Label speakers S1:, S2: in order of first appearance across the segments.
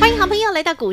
S1: 欢迎好朋友来到股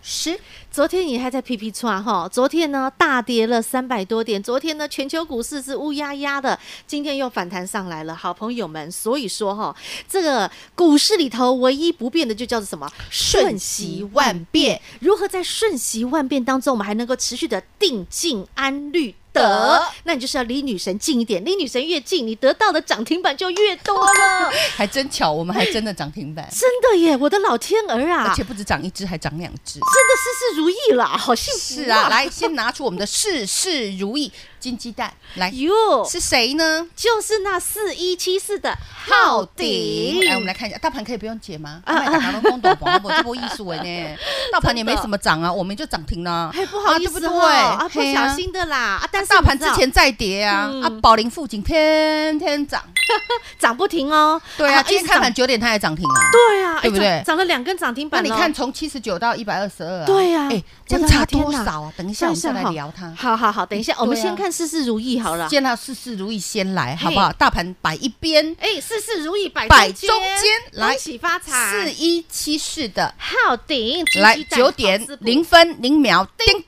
S2: 师。
S1: 昨天你还在皮皮穿哈，昨天呢大跌了三百多点，昨天呢全球股市是乌压压的，今天又反弹上来了，好朋友们，所以说哈，这个股市里头唯一不变的就叫做什么？瞬息万变。如何在瞬息万变当中，我们还能够持续的定静安律？得
S2: 得，
S1: 那你就是要离女神近一点，离女神越近，你得到的涨停板就越多了。，
S2: 还真巧，我们还真的涨停板
S1: 真的耶，我的老天儿啊
S2: 而，且不止涨一只，还涨两只。
S1: 真的事事如意啦，好幸福、
S2: 是啊，来先拿出我们的事事如意金鸡蛋
S1: 哎
S2: 来，
S1: 哟，
S2: 是谁呢？
S1: 就是那四一七四的
S2: 浩
S1: 浩
S2: 鼎，哎
S1: 鼎，
S2: 来我们来看一下，大盘可以不用 解吗？啊，打龙公短宝，我这波艺术文呢，大盘也没什么涨啊，我们就涨停了。
S1: 哎，不好意
S2: 啊对不
S1: 思
S2: 对
S1: 哦，啊，不
S2: 嘿啊
S1: 小心的啦，啊，但是
S2: 大盘
S1: 你知
S2: 之
S1: 道
S2: 前在跌啊，
S1: 嗯
S2: 啊，宝林富锦天天涨，
S1: 涨不停哦，
S2: 对啊，
S1: 一
S2: 今
S1: 直
S2: 天开
S1: 涨
S2: 盘九点它也涨停了。
S1: 对啊，哎
S2: 对不对
S1: 涨涨了两根涨停
S2: 那
S1: 板，
S2: 你看，。从七十九到一百二十二，
S1: 啊对啊
S2: 哎，
S1: 我
S2: 这
S1: 的
S2: 样差
S1: 老天
S2: 多
S1: 呐
S2: 少啊？等一下我们再
S1: 算一
S2: 来
S1: 哈
S2: 聊它。
S1: 好好好，等一下，我们
S2: 对啊
S1: 先看事事如意好了。
S2: 见到事事如意先来，
S1: 嘿
S2: 好不好？大盘摆一边，
S1: 哎，事事如意摆
S2: 摆
S1: 中
S2: 中间来
S1: 恭喜发财。
S2: 四一七四的
S1: 浩鼎，
S2: 来
S1: 金鸡蛋
S2: 九点
S1: 好滋补
S2: 零分零秒，叮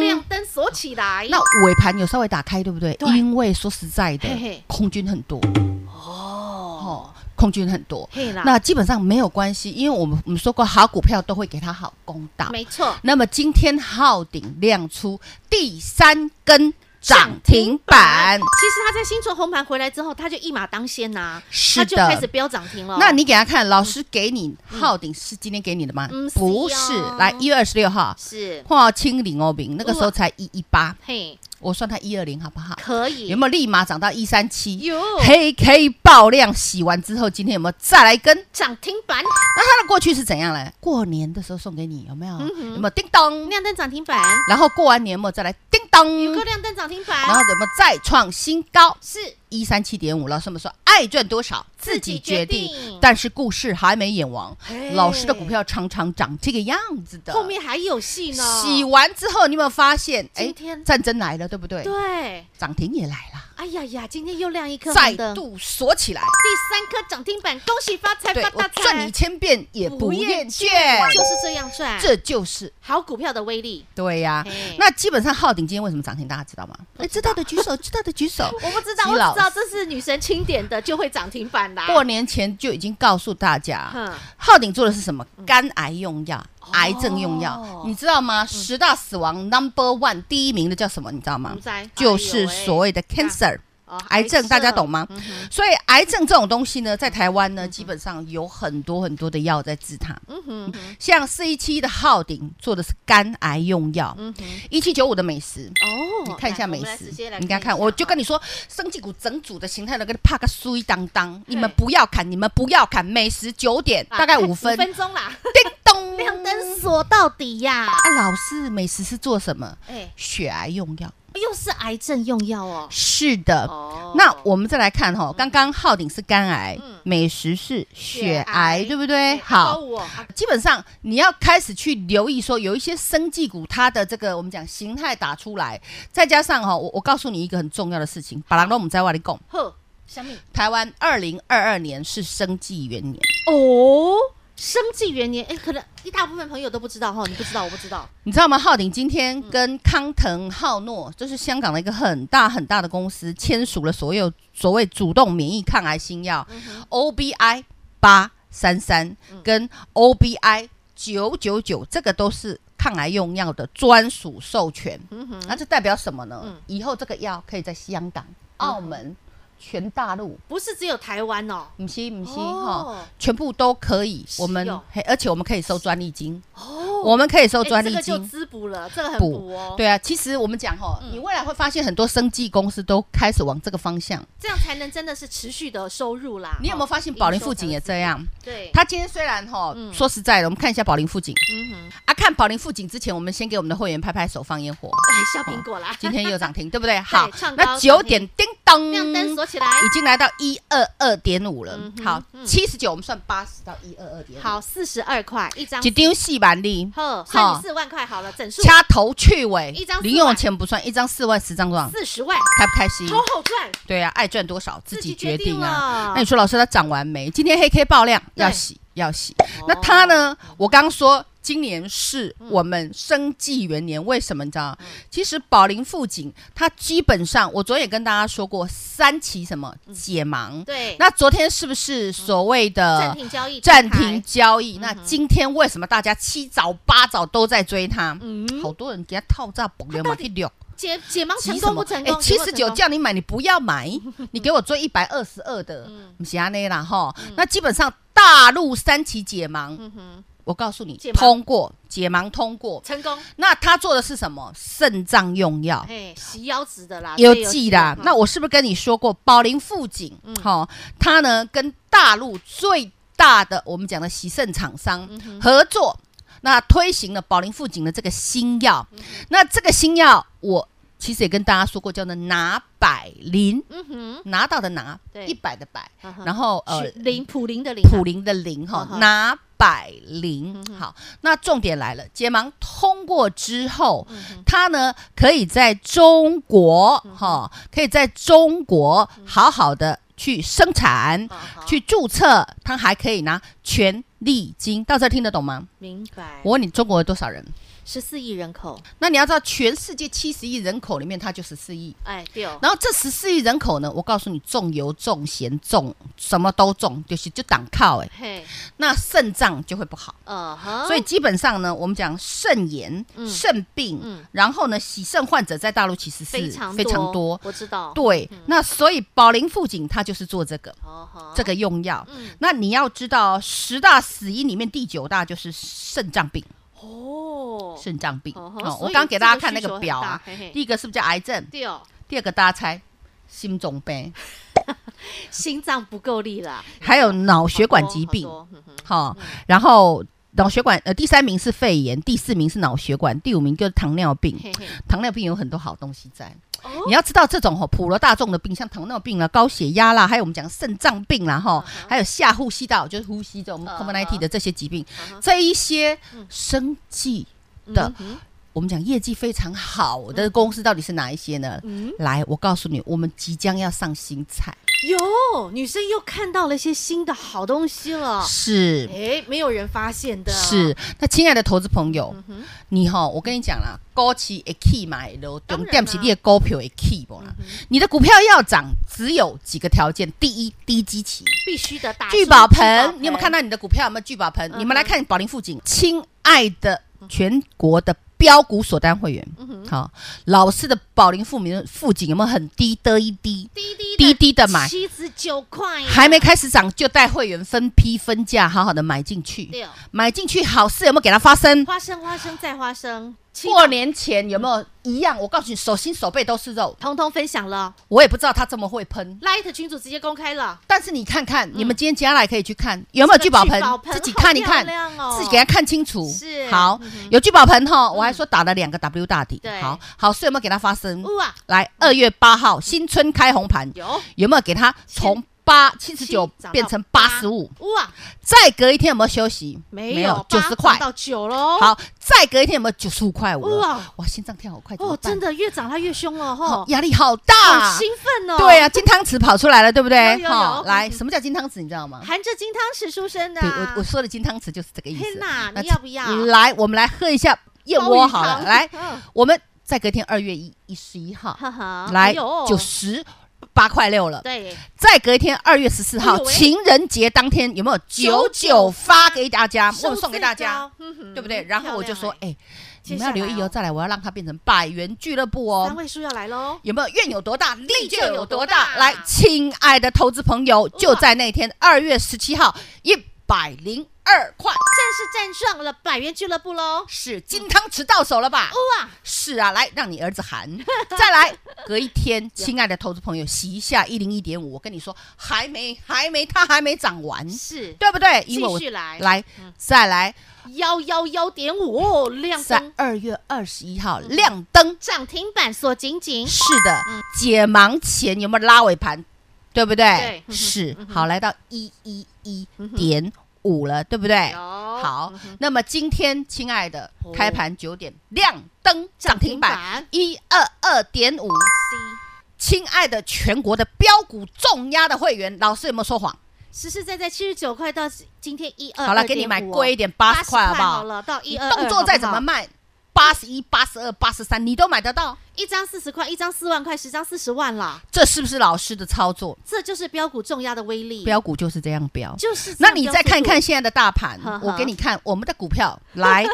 S1: 亮
S2: 咚。
S1: 灯锁起来。
S2: 那尾盘有稍微打开，对不对？
S1: 对
S2: 因为说实在的
S1: 嘿嘿，
S2: 空军很多
S1: 哦，
S2: 哦，空军很多。
S1: 嘿啦，
S2: 那基本上没有关系，因为我们我们说过，好股票都会给它好公道。
S1: 没错，
S2: 那么今天浩鼎亮出第三根涨停板，
S1: 其实他在新春红盘回来之后，他就一马当先呐、他
S2: 是
S1: 就开始哦
S2: 的。
S1: 飙涨停了。
S2: 那你给他看，老师给你浩鼎是今天给你的吗
S1: 嗯？
S2: 不
S1: 是
S2: 是
S1: 哦，
S2: 来一月二十六号，
S1: 是
S2: 华清零欧饼，那个时候才一一八，
S1: 嘿，
S2: 我算它一二零好不好？
S1: 可以
S2: 有没有立马涨到一三七？
S1: 有
S2: 黑 K 爆量洗完之后，今天有没有再来一根？
S1: 涨停板
S2: 那它的过去是怎样嘞？过年的时候送给你有没有？
S1: 嗯哼
S2: 有没有叮咚？
S1: 亮灯涨停板，
S2: 然后过完年有没有再来叮咚？
S1: 有个亮灯涨停
S2: 嗯然
S1: 板
S2: 后怎么再创新高？
S1: 是
S2: 一三七点五，老师们说爱赚多少
S1: 自
S2: 自
S1: 己
S2: 己
S1: 决
S2: 决
S1: 定
S2: 定，但是故事还没演完
S1: 嘿，
S2: 哎老师的股票常常长这个样子的。
S1: 后面还有戏呢，
S2: 洗完之后，你有没有发现？
S1: 今天
S2: 战争来哎了，对不对？
S1: 对，
S2: 涨停也来了，
S1: 哎呀呀，今天又亮一颗
S2: 再
S1: 红灯，第
S2: 度锁起来。
S1: 三颗涨停板，恭喜发财
S2: 对
S1: 发
S2: 我
S1: 大财，
S2: 赚你千遍也不啊厌倦，
S1: 就是这样赚，
S2: 这就是
S1: 好股票的威力，
S2: 对呀、
S1: 嘿
S2: 那基本上浩鼎今天为什么涨停？大家知道吗？哎，知道的举 手，知道的举手。
S1: 我不知道，
S2: 齐
S1: 我只
S2: 老
S1: 知道这是女神钦点的就会涨停板啦。
S2: 过年前就已经告诉大家，
S1: 哼
S2: 浩鼎做的是什么？肝癌用药、癌症用
S1: 哦
S2: 药，你知道吗？十大死亡 number one 第一名的叫什么？你知道吗
S1: 不知道？
S2: 就是所谓的
S1: 哎呦喂
S2: cancer。
S1: 哦
S2: 癌症大家懂吗
S1: 嗯哼
S2: 所以癌症这种东西呢，在台湾呢，基本上有很多很多的药在治它。
S1: 嗯哼嗯哼
S2: 像四一七的浩鼎做的是肝癌用药，
S1: 嗯哼，
S2: 一七九五的美食。
S1: 哦，
S2: 你看一下美
S1: 来我们来
S2: 食
S1: 直接来，
S2: 你看
S1: 一下
S2: 看，我就
S1: 哈
S2: 跟你说，生技股整组的形态都跟你怕个碎当当，你们
S1: 嘿
S2: 不要砍，你们不要砍，美食九点
S1: 啊
S2: 大概
S1: 看
S2: 五分，
S1: 分钟啦，嗯
S2: 叮咚，
S1: 亮灯锁到底呀！
S2: 啊，老师，美食是做什么？
S1: 哎，
S2: 血癌用药。
S1: 又是癌症用药哦。
S2: 是的。
S1: 哦
S2: 那我们再来看哈，刚刚浩鼎是肝癌
S1: 嗯，
S2: 美食是
S1: 血
S2: 血
S1: 癌
S2: 癌，对不对？
S1: 高
S2: 好，
S1: 我啊
S2: 基本上你要开始去留意说，有一些生技股它的这个我们讲形态打出来，再加上哈，我我告诉你一个很重要的事情，把狼龙我们在外里供，
S1: 呵，小米
S2: 台湾二零二二年是生技元年，
S1: 哦，生计元年，哎，可能一大部分朋友都不知道哈，你不知道，我不知道，
S2: 你知道吗？浩鼎今天跟康腾、浩诺，就是香港的一个很大很大的公司，签署了所有所谓主动免疫抗癌新药、OBI 八三三
S1: 嗯
S2: 跟 OBI 九九九，这个都是抗癌用药的专属授权。
S1: 嗯哼，
S2: 那这代表什么呢？
S1: 嗯
S2: 以后这个药可以在香港、澳门、全大陆，
S1: 不是只有台湾哦，
S2: 唔西唔西哈。
S1: 哦
S2: 全部都可以，我们
S1: 是哦
S2: 嘿，而且我们可以收专利金。
S1: 哦，
S2: 我们可以收
S1: 哎
S2: 专利
S1: 这个就
S2: 金。
S1: 滋补了，这个很
S2: 补
S1: 补哦。，
S2: 对啊，其实我们讲吼，
S1: 嗯
S2: 你未来会发现很多生技公司都开始往这个方向。
S1: 这样才能真的是持续的收入啦。
S2: 你有没有
S1: 哦
S2: 发现宝林富锦也这？样？
S1: 对，
S2: 他今天虽然哈，
S1: 嗯
S2: 说实在的，我们看一下宝林富锦
S1: 嗯哼，
S2: 啊，看宝林富锦之前，我们先给我们的会员拍拍手，放烟火。
S1: 哎，小苹果啦，
S2: 哦今天 又涨停，对不对？好
S1: 创，高
S2: 那九点叮咚，
S1: 亮灯锁起来。
S2: 已经来到一二二点五了
S1: 嗯。哼
S2: 好
S1: 嗯，
S2: 七十九我们算八十到一二二点五。，
S1: 好，四十二块一张
S2: 一，张四万粒，
S1: 呵，
S2: 好
S1: 算四万块好了，整数
S2: 掐头去尾
S1: 一张，四万
S2: 零用钱不算，一张四万，十张多少？
S1: 四十万，
S2: 开不开心？
S1: 头后赚，
S2: 对啊，爱赚多少自己决定啊
S1: 自己决定啊。
S2: 那你说老师它涨完没？今天黑 K 爆量，
S1: 对哦
S2: 要洗要洗。那它呢？我刚说今年是我们生计元年，为什么你知道？
S1: 嗯
S2: 其实宝林富锦它基本上，我昨天也跟大家说过，三期什么解盲。
S1: 嗯对，
S2: 那昨天是不是所谓
S1: 暂
S2: 的
S1: 停交易，
S2: 暂
S1: 停
S2: 停
S1: 牌，
S2: 交易？
S1: 嗯
S2: 那今天为什么大家七早八早都在追它？
S1: 嗯，
S2: 好多人给它套炸，崩了
S1: 它
S2: 嘛
S1: 到底
S2: 去溜。
S1: 解解盲哦成功
S2: 急什
S1: 不
S2: 么？哎
S1: 成功？
S2: 七
S1: 有没
S2: 十
S1: 有成
S2: 九
S1: 功
S2: 叫你买，你不要 买，你给我追一百二十二的，
S1: 嗯
S2: 不是安内啦哈。那基本上大陆三期解盲，我告诉你
S1: 嗯解，盲
S2: 通过解盲通过。
S1: 成功，
S2: 那他做的是什么？肾脏用药。
S1: 嘿，洗腰子的啦，
S2: 有
S1: 这
S2: 记
S1: 洗
S2: 啦
S1: 的，
S2: 那我是不是跟你说过，宝林富锦，
S1: 嗯
S2: 好、它呢跟大陆最大的我们讲的洗肾厂商
S1: 嗯
S2: 合作，那推行了宝林富锦的这个新药。
S1: 嗯
S2: 那这个新药，我其实也跟大家说过，叫做拿百灵，
S1: 嗯哼，
S2: 拿到的拿
S1: 对，
S2: 一百的百，
S1: 嗯哼
S2: 哎然后呃
S1: 是零普林的零啊，
S2: 普林的林哈
S1: 嗯，哼嗯
S2: 拿百灵。好，那重点来了，解盲通过之后，
S1: 嗯
S2: 它呢可以在中国哈，可以在中国
S1: 嗯
S2: 好好的去生产、
S1: 哦好好
S2: 去注册，它还可以拿权利金。到这听得懂吗？
S1: 明白
S2: 我，问你，中国有多少人？
S1: 十四亿人口，
S2: 那你要知道，全世界七十亿人口里面，它就十四亿。
S1: 哎，对哦，
S2: 然后这十四亿人口呢，我告诉你，重油、重咸、重什么都重，就是就挡靠哎，
S1: 嘿，
S2: 那肾脏就会不好。
S1: 呃哈，
S2: 所以基本上呢，我们讲肾炎、
S1: 嗯
S2: 肾病，
S1: 嗯
S2: 然后呢，洗肾患者在大陆其实是
S1: 非常哦
S2: 非常多。
S1: 我知道，
S2: 对，那所以宝林富锦它就是做这个
S1: 哦哈，
S2: 这个用药。
S1: 嗯，
S2: 那你要知道，十大死因里面第九大就是肾脏病，
S1: 哦，
S2: 肾脏病。
S1: 哦
S2: 哦
S1: 吼，
S2: 我
S1: 所以
S2: 刚刚给
S1: 这
S2: 大家
S1: 个
S2: 看那
S1: 需求
S2: 个
S1: 很
S2: 表
S1: 大
S2: 啊
S1: 嘿嘿，
S2: 第一个是不是叫癌症？
S1: 对哦，
S2: 第二个大家猜，心脏
S1: 嗯
S2: 病，
S1: 心脏不够力啦，
S2: 还有脑血管疾病。
S1: 好多，好多嗯哼
S2: 好、然后脑血管呃，第三名是肺炎，第四名是脑血管，第五名就是糖尿病。
S1: 嘿嘿，
S2: 糖尿病有很多好东西在，
S1: 哦
S2: 你要知道这种吼普罗大众的病，像糖尿病啦、高血压啦，还有我们讲肾脏病啦，哈、还有下呼吸道就是呼吸这种 c
S1: 嗯
S2: o m m o n i t y 的这些疾病
S1: 嗯哼
S2: 这一些生计的
S1: 嗯。哼
S2: 我们讲业绩非常好的公司到底是哪一些呢？
S1: 嗯
S2: 来，我告诉你，我们即将要上新菜，
S1: 有女生又看到了一些新的好东西了，
S2: 是
S1: 哎，没有人发现的，
S2: 是，那亲爱的投资朋友，
S1: 哼
S2: 你哈，我跟你讲啦，高企会起买咯，
S1: 当
S2: 重
S1: 然
S2: 点
S1: 啦
S2: 是你的股票会起不啦。你的股票要涨，只有几个条件：第一，低基期，
S1: 必须的打
S2: 聚
S1: 出
S2: 宝
S1: 聚
S2: 盆，你有没有看
S1: 到？
S2: 到你的股票有没有聚宝盆？你们来
S1: 嗯
S2: 看宝林附近，亲爱的全国的标股锁单会员，好，老师的宝林附民附近有没有很低的一低？
S1: 滴滴
S2: 滴滴的买
S1: 七十九块呀，
S2: 还没开始涨就带会员分批分价，好好的买进去，
S1: 六
S2: 买进去好事有没有给它发生？
S1: 花生花生再花生，七
S2: 过年前有没有一样？我告诉你，手心手背都是肉，
S1: 统统分享了
S2: 我也不知道他这么会喷。
S1: ，Light 群主直接公开了，
S2: 但是你看看，你们今天接下来可以去看有没有聚宝
S1: 这嗯
S2: 盆
S1: 个聚宝，盆
S2: 自己看一看
S1: 好漂亮哦，
S2: 自己给他看清楚。
S1: 是
S2: 好
S1: 嗯哼
S2: 有聚宝盆哈，我还说打了两个 W 大底
S1: 对。嗯
S2: 好好事有没有给他发生？
S1: 哇，
S2: 来，二月八号新春开红盘，
S1: 有
S2: 有没有给他从八七十九
S1: 涨到
S2: 变成
S1: 八
S2: 八十五？
S1: 哇，
S2: 再隔一天有没有休息？
S1: 没有
S2: 九
S1: 八
S2: 十块
S1: 涨。到九哦喽，
S2: 好，再隔一天有没有九十五块五？
S1: 哇
S2: 哇，哇，心脏跳好快，怎么
S1: 哦，
S2: 办
S1: 真的越涨它越凶了
S2: 好
S1: 吼，
S2: 哦压力好
S1: 哦好
S2: 大，
S1: 兴奋哦，
S2: 对啊，，金汤匙跑出来了，对不对
S1: 有？有有
S2: 来，什么叫金汤匙？你知道吗？
S1: 含着金汤匙出生的
S2: 对我
S1: 啊，
S2: 我说的金汤匙就是这个意
S1: 天
S2: 思。
S1: 哪，
S2: 那
S1: 你要不要？
S2: 来，我们来喝一下燕窝好了，来，
S1: 嗯
S2: 我们再隔天二月一一十一号，
S1: 哈哈，哎
S2: 来
S1: 呦
S2: 九十八块六了。
S1: 对，
S2: 再隔一天二月十四
S1: 哎
S2: 号
S1: 呦喂
S2: 情人节当天有没有九
S1: 99
S2: 九发给大家？我
S1: 收
S2: 们送给
S1: 最
S2: 大家
S1: 高，，对
S2: 对不对？然后我就说，哎，你
S1: 接
S2: 们
S1: 下来
S2: 要留意
S1: 哦
S2: 哦，再来我要让它变成百元俱乐部哦
S1: 三。位数要来喽，
S2: 有没有愿有多大，力就有多
S1: 力就有多大
S2: 大？来，亲爱的投资朋友，就在那天二月十七号一百零二块，
S1: 正式站上了百元俱乐部喽！
S2: 是金汤匙到手了吧？
S1: 哇，
S2: 是啊，来让你儿子喊， 再来，隔一天，亲爱的投资朋友，洗一下一零一点五，我跟你说，还没，还没，它还没涨完，
S1: 是
S2: 对不对？因为
S1: 继
S2: 我
S1: 续来
S2: 来再来，
S1: 幺幺幺点五亮
S2: 在
S1: 灯
S2: 二月二十一号亮灯，
S1: 涨停板锁紧紧，
S2: 是的，
S1: 嗯
S2: 解盲前有没有拉尾盘？对不对
S1: 对？嗯哼
S2: 是，好，来到一一一点五了，对不对？
S1: 有嗯
S2: 好，那么今天亲爱的
S1: 哦，
S2: 开盘九点亮灯涨
S1: 涨
S2: 停板一二二点五，亲爱的全国的标股重压的会员，老师有没有说谎？
S1: 实实在在七十九块到今天一二，啊
S2: 好了，给你买贵一点，八十块好不
S1: 好
S2: 好？
S1: 了，到
S2: 你
S1: 一二
S2: 动作再怎么，慢，八十一、八十二、八十三，你都买得到，
S1: 一张四十块，一张四万块，十张四十万啦，
S2: 这是不是老师的操作？
S1: 这就是标股重压的威力。
S2: 标股就是这样标。
S1: 就是 这
S2: 那
S1: 样
S2: 你
S1: 标
S2: 再
S1: 速
S2: 看
S1: 度
S2: 看现在的大盘
S1: 呵，呵
S2: 我给你看我们的股票 来，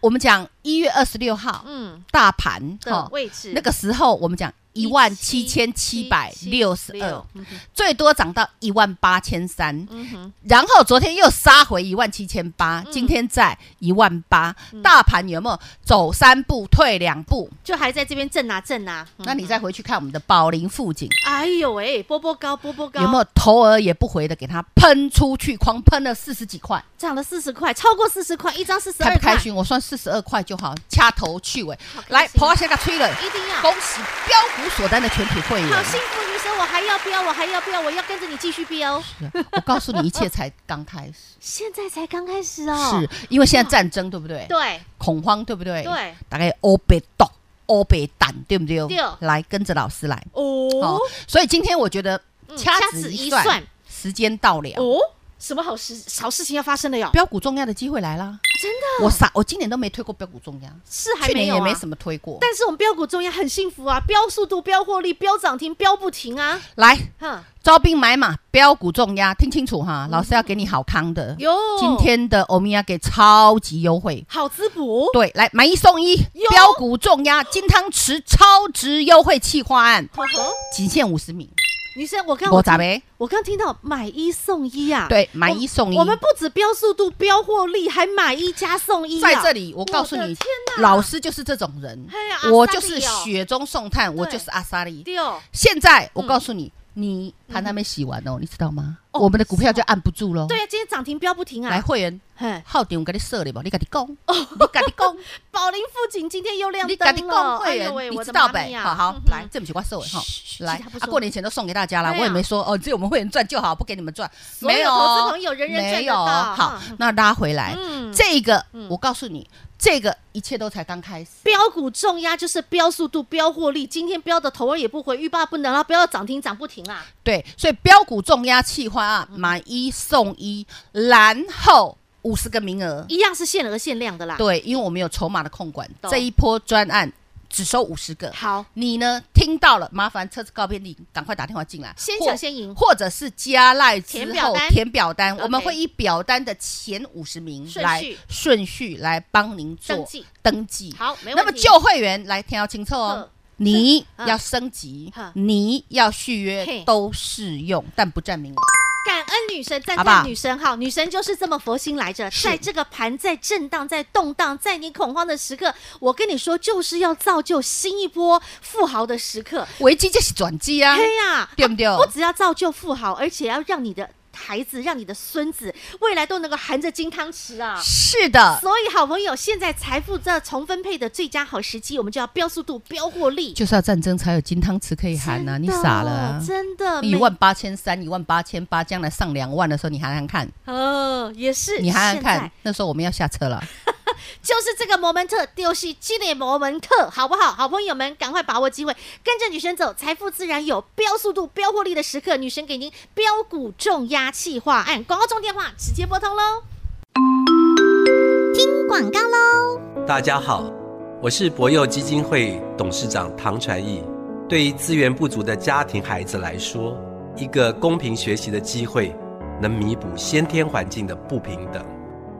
S2: 我们讲一月二十六号
S1: 嗯
S2: 大盘
S1: 的
S2: 哈，
S1: 位置，
S2: 那个时候我们讲一万七千七百六十二
S1: 17,762，嗯哼
S2: 最多涨到一万八千三，
S1: 嗯哼，
S2: 然后昨天又杀回一万七千八，今天在一万八，
S1: 嗯
S2: 大盘有没有走三步退两步？
S1: 就还在这边震啊震啊。嗯
S2: 那你再回去看我们的宝林富锦。
S1: 哎呦喂，波波高，波波高，
S2: 有没有头儿也不回的给它喷出去，狂喷了四十几块，
S1: 涨了四十块，超过四十块，一张四十
S2: 开
S1: 二
S2: 不
S1: 块
S2: 开，心？我算四十二块就好，掐头去尾。
S1: 好开心
S2: 来，
S1: 啊
S2: 婆下个吹了，
S1: 一定要
S2: 恭喜标股锁单的全体会员。
S1: 好幸福余生，我还要飙，我还要飙，我要跟着你继续飙。
S2: 是啊我告诉你，一切才刚开始，
S1: 现在才刚开始 哦，
S2: 是因为现在战争对不对？
S1: 对，
S2: 恐慌对不对？
S1: 对，
S2: 大概欧北斗、欧北胆对不对？
S1: 对
S2: 来跟着老师来
S1: 哦
S2: 哦。所以今天我觉得
S1: 嗯
S2: 掐
S1: 掐
S2: 指
S1: 指
S2: 一
S1: 一
S2: 算
S1: 算，
S2: 时间到了，
S1: 哦，什么好事好事情要发生了哟？
S2: 标股重要的机会来啦！
S1: 真的
S2: 我傻，我今年都没推过标股重压，
S1: 是还
S2: 去
S1: 没
S2: 年
S1: 有
S2: 也
S1: 啊
S2: 没。什么推过。
S1: 但是我们标股中央很幸福啊，标速度、标获利、标涨停、标不停啊！
S2: 来，
S1: 哼，
S2: 招兵买马，标股重压，听清楚哈，老师要给你好康的。
S1: 嗯哟，
S2: 今天的欧米亚给超级优惠，
S1: 好滋补，
S2: 对，来买一送一，
S1: 哦哟
S2: 标股重压金汤匙超值优惠企划案，
S1: 呵呵，
S2: 仅限五十米，
S1: 女生，我刚
S2: 我
S1: 我
S2: 咋呗？
S1: 我刚听到买一送一啊，
S2: 对买一送一
S1: 我们不止标速度、标获利，还买一加送一、啊。
S2: 在这，里，我告诉
S1: 我的
S2: 你
S1: 天，哪
S2: 老师就是这种人
S1: 哎呀，阿
S2: 我
S1: 萨
S2: 就
S1: 利
S2: 是
S1: 哦
S2: 雪中送炭，我
S1: 对哦
S2: 就是阿萨利。
S1: 六
S2: 现在我告诉你，你盘还没洗完哦，你知道吗？
S1: 哦
S2: 我们的股票就按不住喽。
S1: 对啊，今天涨停标不停
S2: 来
S1: 啊！
S2: 会员。
S1: 嘿，
S2: 号点我给你设了吧，你给你讲，
S1: 哦
S2: 你给你讲，
S1: 宝林富锦今天又亮
S2: 你给
S1: 灯
S2: 你
S1: 了，
S2: 讲，会员
S1: 哎呦喂
S2: 你
S1: 我的
S2: 知道
S1: 妈咪
S2: 呗？
S1: 啊
S2: 好好
S1: 嗯，哼
S2: 来，这不奇怪，收尾哈
S1: 嘘，
S2: 来
S1: 其他不，
S2: 啊，
S1: 说
S2: 过年前都送给大家了，
S1: 对啊
S2: 我也没说哦，只有我们会员赚就好，不给你们赚，
S1: 所有
S2: 没有
S1: 投资朋友人人赚得到
S2: 没有
S1: 嗯
S2: 好，那拉回来
S1: 嗯，
S2: 这个我告诉你，这个一切都才刚开始。
S1: 标股重压就是标速度、标获利，今天标的头儿也不回，欲罢不能啊！标到涨停涨不停啊！
S2: 对，所以标股重压企划啊，
S1: 嗯
S2: 买一送一，然后五十个名额。
S1: 一样是限额限量的啦。
S2: 嗯对，因为我们有筹码的控管，
S1: 懂
S2: 这一波专案只收五十个。
S1: 好，
S2: 你呢？听到了，麻烦车子告片你赶快打电话进来，
S1: 先
S2: 或
S1: 抢先赢
S2: 或者是加赖之
S1: 填表
S2: 后
S1: 单
S2: 填表单，
S1: OK
S2: 我们会以表单的前五十名
S1: 顺序
S2: 来顺序来帮您做
S1: 登记
S2: 登记
S1: 好没问题
S2: 嗯那么旧会员来听要清楚哦
S1: 呵。
S2: 你
S1: 呵
S2: 要升级
S1: 呵，
S2: 你要续约
S1: 嘿
S2: 都适用，但不占名额。
S1: 感恩女神，赞
S2: 好不好
S1: 叹女神，好，女神就是这么佛心来着。
S2: 是
S1: 在这个盘在震荡、在动荡、在你恐慌的时刻，我跟你说，就是要造就新一波富豪的时刻。
S2: 危机就是转机啊，
S1: 嘿呀、
S2: 对不对？
S1: 不只要造就富豪，而且要让你的孩子、让你的孙子未来都能够含着金汤匙啊！
S2: 是的，
S1: 所以，好朋友，现在财富这重分配的最佳好时机，我们就要标速度、标获利。
S2: 就是要战争才有金汤匙可以含啊！
S1: 真
S2: 你
S1: 的
S2: 傻了、啊？
S1: 真的
S2: 一万八千三、一万八千八，将来上两万的时候，你喊喊看，
S1: 每哦，也是
S2: 你喊喊
S1: 现在
S2: 看，那时候我们要下车了。
S1: 就是这个摩门特，就是积累摩门特，好不好？好朋友们，赶快把握机会，跟着女神走，财富自然有。标速度、标获利的时刻，女神给您标股重压气化案，广告中电话直接拨通喽。听广告喽。
S3: 大家好，我是博幼基金会董事长唐传义。对于资源不足的家庭孩子来说，一个公平学习的机会，能弥补先天环境的不平等。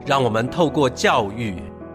S3: 让我们透过教育，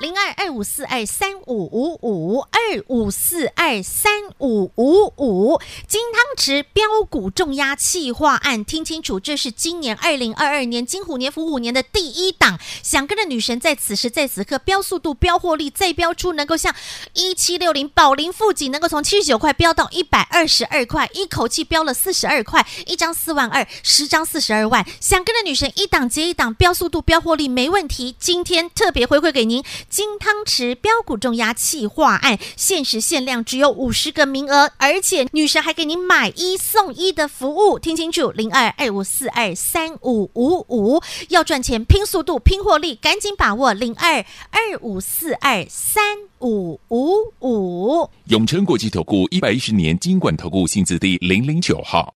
S1: 零二二五四二三五五五二五四二三五五五金汤匙标股重压企划案，听清楚，这是今年二零二二年金虎年福五年的第一档。想跟着女神在此时在此刻飙速度、飙获利，再飙出能够像一七六零宝林富锦能够从七十九块飙到一百二十二块，一口气飙了四十二块，一张四万二，十张四十二万。想跟着女神一档接一档飙速度、飙获利，没问题。今天特别回馈给您。金汤匙标股重压企划案，限时限量，只有五十个名额，而且女神还给您买一送一的服务。听清楚，零二二五四二三五五五，要赚钱拼速度拼获利，赶紧把握零二二五四二三五五五。
S4: 永诚国际投顾一百一十年金管投顾新字第零零九号，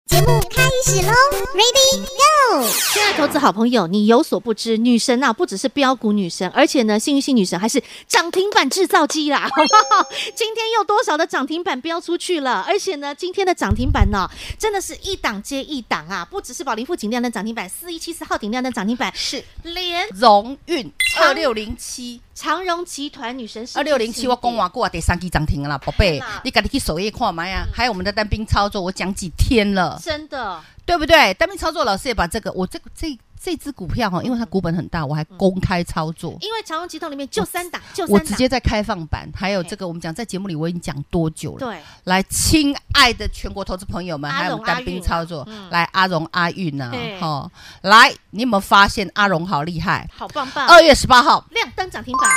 S1: 亲爱的投资好朋友，你有所不知，女神啊，不只是标股女神，而且呢，幸运星女神还是涨停板制造机啦， 好不好？今天又多少的涨停板标出去了？而且呢，今天的涨停板呢、真的是一档接一档啊！不只是宝林富锦亮灯涨停板，四一七四号顶亮灯涨停板，
S2: 是
S1: 连
S2: 荣运二六零七
S1: 长荣集团女神
S2: 二六零七，我讲完过啊，第三季涨停了啦，宝
S1: 对
S2: 贝
S1: 啦，
S2: 你赶紧去首页看嘛
S1: 嗯
S2: 呀！还有我们的单兵操作，我讲几天了，
S1: 真的
S2: 对不对？单兵操作老师也把这个我这个这这只股票哈，因为它股本很大，我还公开操作。
S1: 因为长荣集团里面就三档，哎就三
S2: 我
S1: 档，
S2: 直接在开放版，还有
S1: 嘿
S2: 这个我们讲在节目里我已经讲多久了？
S1: 对
S2: 来，亲爱的全国投资朋友们，
S1: 阿
S2: 还有我
S1: 荣
S2: 们
S1: 阿
S2: 单
S1: 运
S2: 兵
S1: 啊
S2: 操作
S1: 嗯，
S2: 来阿荣阿运啊
S1: 嘿，
S2: 哈，来，你有没有发现阿荣好厉害？
S1: 好棒棒，
S2: 二月十八号，
S1: 亮灯涨停板，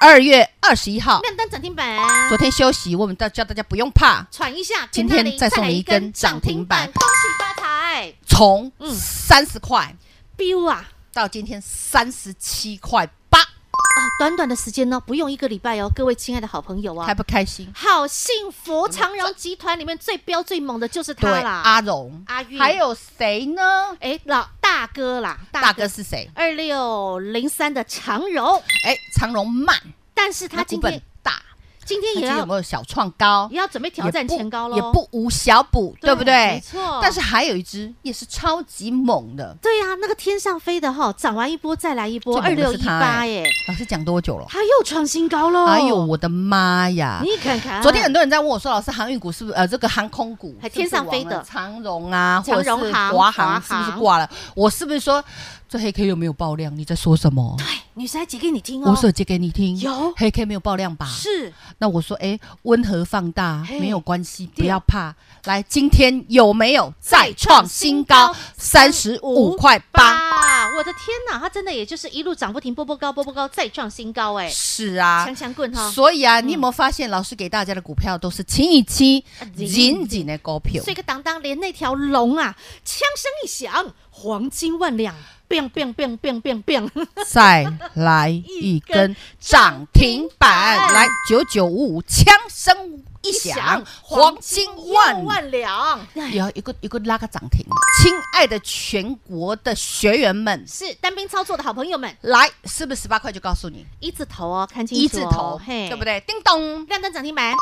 S2: 二月二十一号，
S1: 亮灯涨停板，
S2: 昨天休息，我们大叫大家不用怕，
S1: 喘一下，
S2: 今
S1: 田大
S2: 天
S1: 林
S2: 再送
S1: 来
S2: 你一根涨停板
S1: 恭喜发财
S2: 从
S1: 嗯
S2: 三十块
S1: ！biu 啊，
S2: 到今天三十七块八，
S1: 啊，短短的时间呢，不用一个礼拜哦，各位亲爱的好朋友啊
S2: 开，不开心？
S1: 好幸福！长荣集团里面最彪最猛的就是
S2: 对，啊
S1: 他啦，
S2: 阿荣，
S1: 阿玉，
S2: 还有谁呢？
S1: 哎老大哥啦，
S2: 大哥是谁？
S1: 二六零三的长荣，
S2: 哎，长荣慢，
S1: 但是他
S2: 那股
S1: 今
S2: 本
S1: 天
S2: 大，
S1: 今
S2: 它
S1: 天
S2: 今
S1: 也
S2: 天有
S1: 要
S2: 没有小创高
S1: 也？要准备挑战
S2: 也不
S1: 前高喽，
S2: 也不无小补，对不
S1: 没
S2: 对？
S1: 错，
S2: 但是还有一只也是超级猛的，
S1: 对呀，那个天上飞的哈，涨完一波再来一波，二
S2: 最
S1: 六
S2: 猛的
S1: 一
S2: 是它
S1: 八耶，
S2: 老师讲多久了？
S1: 他又创新高喽！
S2: 哎呦，我的妈呀！
S1: 哦你看看，
S2: 昨天很多人在问我说，老师，航运股是不是呃这个航空股
S1: 啊还天上飞的
S2: 是不是往了长荣啊，
S1: 长
S2: 或
S1: 荣
S2: 者是
S1: 航
S2: 华
S1: 华
S2: 航是
S1: 航
S2: 不是挂了？我是不是说这黑 K 又没有爆量？你在说什么？
S1: 女生还解给你听哦，
S2: 我是有解给你听，
S1: 哎有
S2: 黑 K 没有爆量吧？
S1: 是
S2: 那我说，哎，温和放大
S1: 嘿
S2: 没有关系，
S1: 对
S2: 不要怕。来，今天有没有再创新
S1: 再
S2: 高
S1: 创
S2: 三十五块八？
S1: 八，我的天哪，它真的也就是一路涨不停，波波高，波波高，再创新高，哎，
S2: 是啊
S1: 强，强棍哈，嗯
S2: 所以啊，你有没有发现老师给大家的股票都是轻一轻
S1: 啊、紧
S2: 紧紧的股票
S1: 所？以个当当连那条龙啊，枪声一响，黄金万 两，biang biang biang biang biang biang，
S2: 再来一根涨停
S1: 一
S2: 板，
S1: 根涨停板
S2: 来九九五五，枪声一响，黄金万哎
S1: 又万两，
S2: 也要一个一个拉个涨停。亲爱的全国的学员们，
S1: 是单兵操作的好朋友们，
S2: 来，是不是十八块就告诉你
S1: 一字头哦，看清楚、哦，
S2: 一字头，
S1: 嘿，
S2: 对不？对？叮咚，
S1: 亮灯涨停板，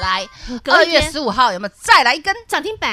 S2: 来，
S1: 隔
S2: 二
S1: 一
S2: 月
S1: 天
S2: 十五号有没有再来一根？
S1: 涨停板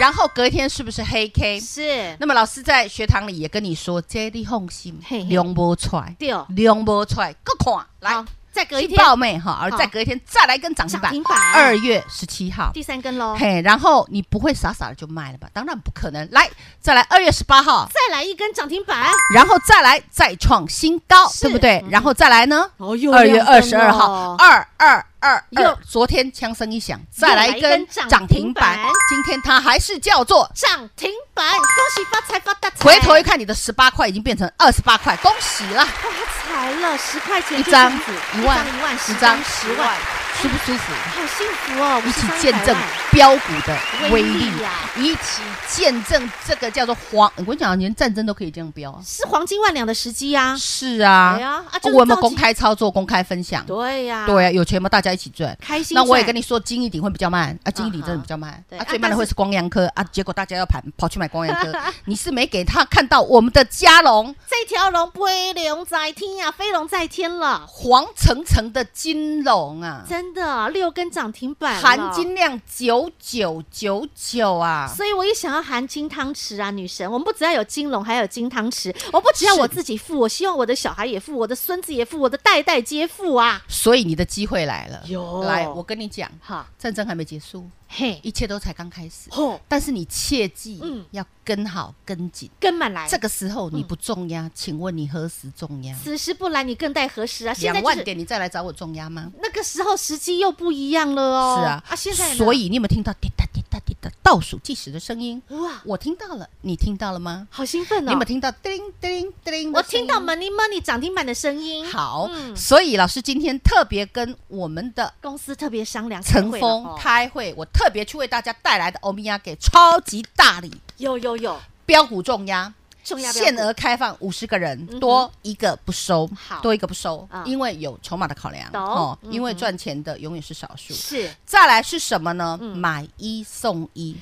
S2: 然后隔一天是不是黑 K？
S1: 是
S2: 那么老师在学堂里也跟你说，这你放心
S1: 嘿嘿，
S2: 量不出来，
S1: 对哦
S2: 量不出来，各看来
S1: 好。再隔一
S2: 去
S1: 天
S2: 报妹哈，而再隔一天再来一根涨停
S1: 涨
S2: 板
S1: 停板，哦
S2: 二月十七号，
S1: 第三根喽，
S2: 嘿，然后你不会傻傻的就卖了吧？当然不可能，来再来二月十八号，
S1: 再来一根涨停板，
S2: 然后再来再创新高，
S1: 是
S2: 对不对？然后再来呢？
S1: 哦，又
S2: 二月二十二号，二二二
S1: 又
S2: 又昨天枪声一响，再来
S1: 又
S2: 一
S1: 来一
S2: 根
S1: 根涨
S2: 涨
S1: 停
S2: 停
S1: 板
S2: 板，今天它还是叫做。
S1: 涨停板，恭喜发财发大财！
S2: 回头一看，你的十八块已经变成二十八块，恭喜了！
S1: 发财了，十块钱
S2: 一
S1: 就这样
S2: 张
S1: 子
S2: 一万，
S1: 一万，十
S2: 一
S1: 张
S2: 张
S1: 十万，，
S2: 舒不舒服？
S1: 好幸福哦！
S2: 一起
S1: 53
S2: 见
S1: 百
S2: 证
S1: 万
S2: 标股的
S1: 威
S2: 威
S1: 力
S2: 力
S1: 呀，
S2: 一起见证这个叫做黄。我跟你讲，连战争都可以这样标啊！
S1: 是黄金万两的时机呀！
S2: 是啊
S1: 对啊啊，就是
S2: 我们
S1: 造
S2: 公
S1: 就
S2: 开操作、公开分享，
S1: 对呀，
S2: 对，啊，有钱吗？大家一起赚。
S1: 开心赚。
S2: 那我也跟你说，金一鼎会比较慢啊，金一鼎真
S1: 嗯
S2: 的
S1: 哼
S2: 比较慢
S1: 对啊
S2: 啊，最慢的
S1: 但
S2: 会
S1: 是
S2: 是光阳科啊，结果大家要盘跑去买光阳科， 你是没给他看到我们的嘉龙
S1: 这条龙飞龙在天呀，飞龙在天了，
S2: 黄澄澄的金龙啊，
S1: 真真的六根涨停板了，
S2: 含金量九九九九啊！
S1: 所以我也想要含金汤匙啊，女神！我们不只要有金龙，还有金汤匙。我不只要我自己付，我希望我的小孩也付，我的孙子也付，我的代代皆付啊！
S2: 所以你的机会来了，
S1: 有
S2: 来，我跟你讲，
S1: 哈，
S2: 战争还没结束，
S1: 嘿，
S2: 一切都才刚开始。
S1: 吼，
S2: 但是你切记，
S1: 嗯
S2: 要跟好跟紧。
S1: 跟满来，嗯
S2: 这个时候你不重压，请问你何时重压？
S1: 此时不来，你更待何时啊？现在
S2: 两
S1: 就
S2: 万
S1: 是
S2: 点你再来找我重压吗？
S1: 那个时候时机又不一样了哦。
S2: 是啊，
S1: 啊，现在呢
S2: 所以你有没有听到滴答滴答滴答倒数计时的声音？
S1: 哇，
S2: 我听到了，你听到了吗？
S1: 好兴奋
S2: 你
S1: 哦！
S2: 有没有听到叮叮叮的
S1: 我
S2: 声
S1: 听
S2: 音？
S1: 到 money money 涨停板的声音。
S2: 好，
S1: 嗯
S2: 所以老师今天特别跟我们的
S1: 公司特别商量开
S2: 陈
S1: 会了
S2: 峰
S1: 哦，
S2: 开会，我特别去为大家带来的欧米亚给超级大礼，
S1: 有有有，
S2: 标股重压。
S1: 重要
S2: 限额开放五十个人
S1: 嗯哼，
S2: 多一个不收
S1: 好，
S2: 多一个不收
S1: 啊，
S2: 因为有筹码的考量
S1: 懂嗯哼
S2: 因为赚钱的永远是少数。
S1: 是
S2: 再来是什么呢？
S1: 嗯
S2: 买一送一，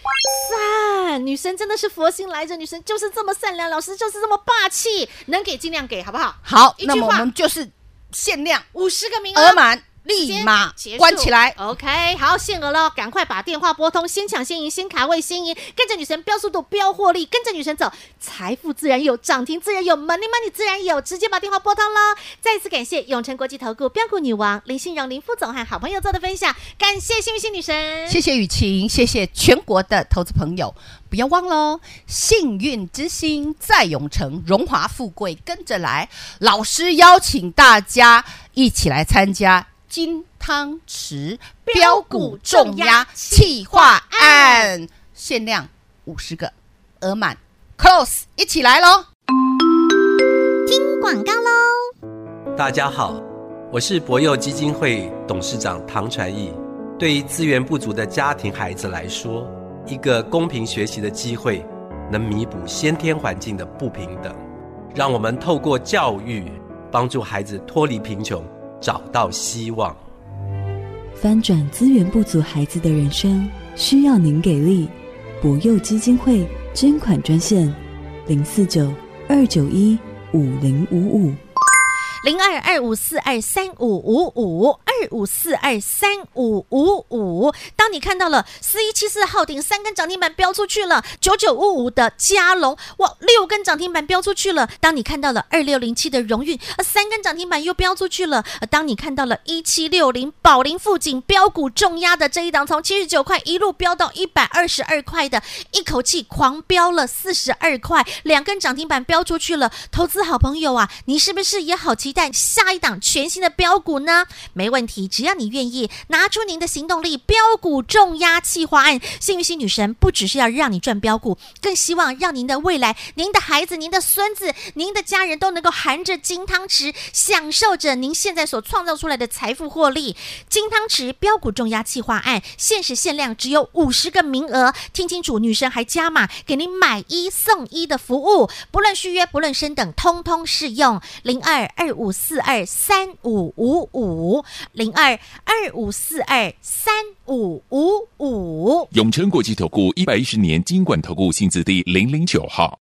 S1: 赞，哎女神真的是佛心来着，女神就是这么善良，老师就是这么霸气，能给尽量给，好不好？
S2: 好
S1: 一，句
S2: 那么我
S1: 话
S2: 们就是限量
S1: 五十个名
S2: 额
S1: 额。
S2: 满，立马哎关起来。
S1: OK，好，限额了，赶快把电话拨通，先抢先赢，先卡位先赢，跟着女神飙速度，飙获利，跟着女神走，财富自然有，涨停自然有，money money 自然有，直接把电话拨通喽！再次感谢永诚国际投顾标股女王林信荣林副总和好朋友做的分享，感谢幸运星女神，
S2: 谢谢雨晴，谢谢全国的投资朋友，不要忘喽！幸运之星在永城，荣华富贵跟着来。老师邀请大家一起来参加金汤匙标股重压企划案，限量五十个，额满 close，一起来喽！
S1: 广告喽。
S3: 大家好，我是博幼基金会董事长唐传义。对于资源不足的家庭孩子来说，一个公平学习的机会，能弥补先天环境的不平等。让我们透过教育，帮助孩子脱离贫穷，找到希望。
S5: 翻转资源不足孩子的人生，需要您给力。博幼基金会捐款专线：零四九二九一五零五五。
S1: 零二二五四二三五五五二五四二三五五五。当你看到了四一七四号顶三根涨停板飙出去了，九九五五的加龙哇六根涨停板飙出去了。当你看到了二六零七的荣誉，呃三根涨停板又飙出去了。呃当你看到了一七六零宝林富锦标股重压的这一档，从七十九块一路飙到一百二十二块的，一口气狂飙了四十二块，两根涨停板飙出去了。投资好朋友啊，你是不是也好期待下一档全新的标股呢？没问题，只要你愿意拿出您的行动力，标股重压计划案，幸运星女神不只是要让你赚标股，更希望让您的未来、您的孩子、您的孙子、您的家人都能够含着金汤匙，享受着您现在所创造出来的财富获利。金汤匙标股重压计划案，限时限量只有五十个名额，听清楚，女神还加码，给您买一送一的服务，不论续约，不论升等，通通适用。零二二五四二三五五五，零二二五四二三五五五。
S4: 永诚国际投顾一百一十年金管投顾性质第零零九号。